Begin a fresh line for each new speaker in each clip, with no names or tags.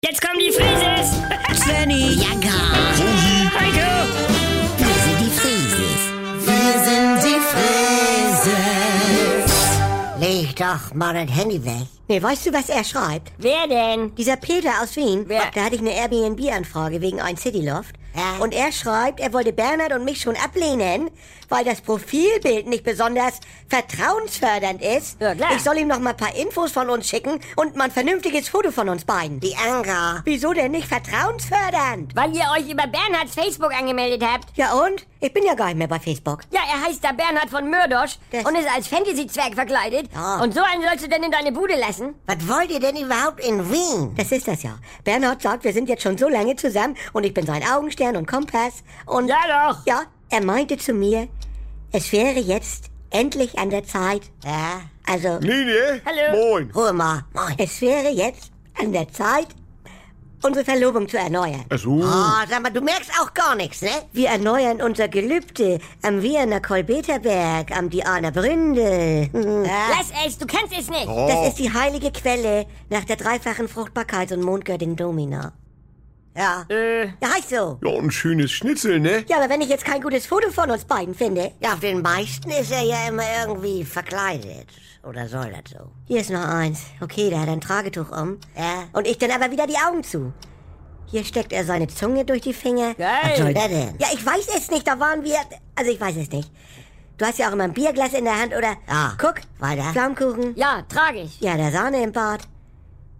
Benny.
Jagger.
Rosi.
Heiko!
Wir sind die Frieses. Wir sind die Frieses. Leg doch mal das Handy weg.
Nee, weißt du, was er schreibt?
Wer denn?
Dieser Peter aus Wien,
Wer?
da hatte ich eine Airbnb-Anfrage wegen einem Cityloft.
Ja.
Und er schreibt, er wollte Bernhard und mich schon ablehnen, weil das Profilbild nicht besonders vertrauensfördernd ist.
Ja, klar.
Ich soll ihm noch mal ein paar Infos von uns schicken und mal ein vernünftiges Foto von uns beiden.
Die Anker.
Wieso denn nicht vertrauensfördernd?
Weil ihr euch über Bernhards Facebook angemeldet habt.
Ja und? Ich bin ja gar nicht mehr bei Facebook.
Ja, er heißt da Bernhard von Mördosch
Das-
und ist als Fantasy-Zwerg verkleidet.
Ja.
Und so einen sollst du denn in deine Bude lassen?
Was wollt ihr denn überhaupt in Wien?
Das ist das ja. Bernhard sagt, wir sind jetzt schon so lange zusammen und ich bin sein Augenstern und Kompass und...
Ja doch.
Ja, er meinte zu mir, es wäre jetzt endlich an der Zeit. Ja. Also,
Linie.
Hallo.
Moin.
Ruhe mal. Moin.
es wäre jetzt an der Zeit, unsere Verlobung zu erneuern.
Also.
Oh, sag mal, du merkst auch gar nichts, ne?
Wir erneuern unser Gelübde am Wiener Kolbeterberg, am Diana Bründe. Ja.
Lass es, du kannst es nicht.
Oh.
Das ist die heilige Quelle nach der dreifachen Fruchtbarkeit und Mondgöttin Domina. Ja.
Äh,
Ja, heißt so.
Ja, ein schönes Schnitzel, ne?
Ja, aber wenn ich jetzt kein gutes Foto von uns beiden finde,
Ja, auf den meisten ist er ja immer irgendwie verkleidet. Oder soll das so?
Hier ist noch eins. Okay, der hat ein Tragetuch um.
Ja.
Und ich dann aber wieder die Augen zu. Hier steckt er seine Zunge durch die Finger.
Was soll
geil.
der denn?
Ja, ich weiß es nicht. Da waren wir. Also ich weiß es nicht. Du hast ja auch immer ein Bierglas in der Hand, oder?
Ja.
Guck,
Ah. Weiter.
Flammkuchen.
Ja, tragisch.
Ja, der Sahne im Bart.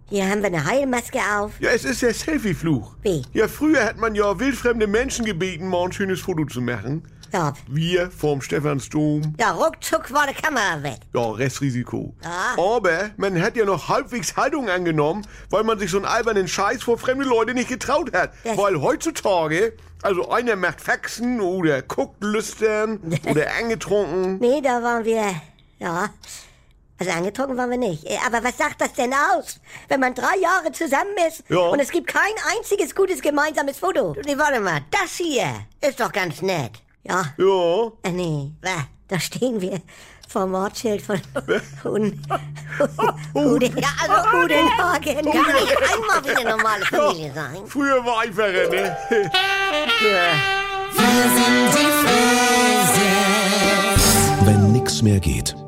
Hier haben wir eine Heilmaske auf.
Ja, es ist der Selfie-Fluch.
Wie?
Ja, früher hat man ja wildfremde Menschen gebeten, mal ein schönes Foto zu machen.
Ja.
Wir vom Stephansdom.
Ja, ruckzuck war die Kamera weg.
Ja, Restrisiko.
Ah.
Aber man hat ja noch halbwegs Haltung angenommen, weil man sich so einen albernen Scheiß vor fremde Leute nicht getraut hat. weil heutzutage, also einer macht Faxen oder guckt lüstern oder angetrunken.
Nee, da waren wir. Ja. Also angetrunken waren wir nicht. Äh, Aber was sagt das denn aus? Wenn man drei Jahre zusammen ist
Ja.
und es gibt kein einziges gutes gemeinsames Foto.
Nee, warte mal, das hier ist doch ganz nett.
Ja,
Ja,
Äh, nee, bäh, da stehen wir vom Ortsschild von Hoden, Hoden,
Ja, also,
Hodenhagen.
kann nicht einmal wie eine normale Familie sein.
früher war einfacher, ne?
Wenn nichts mehr geht.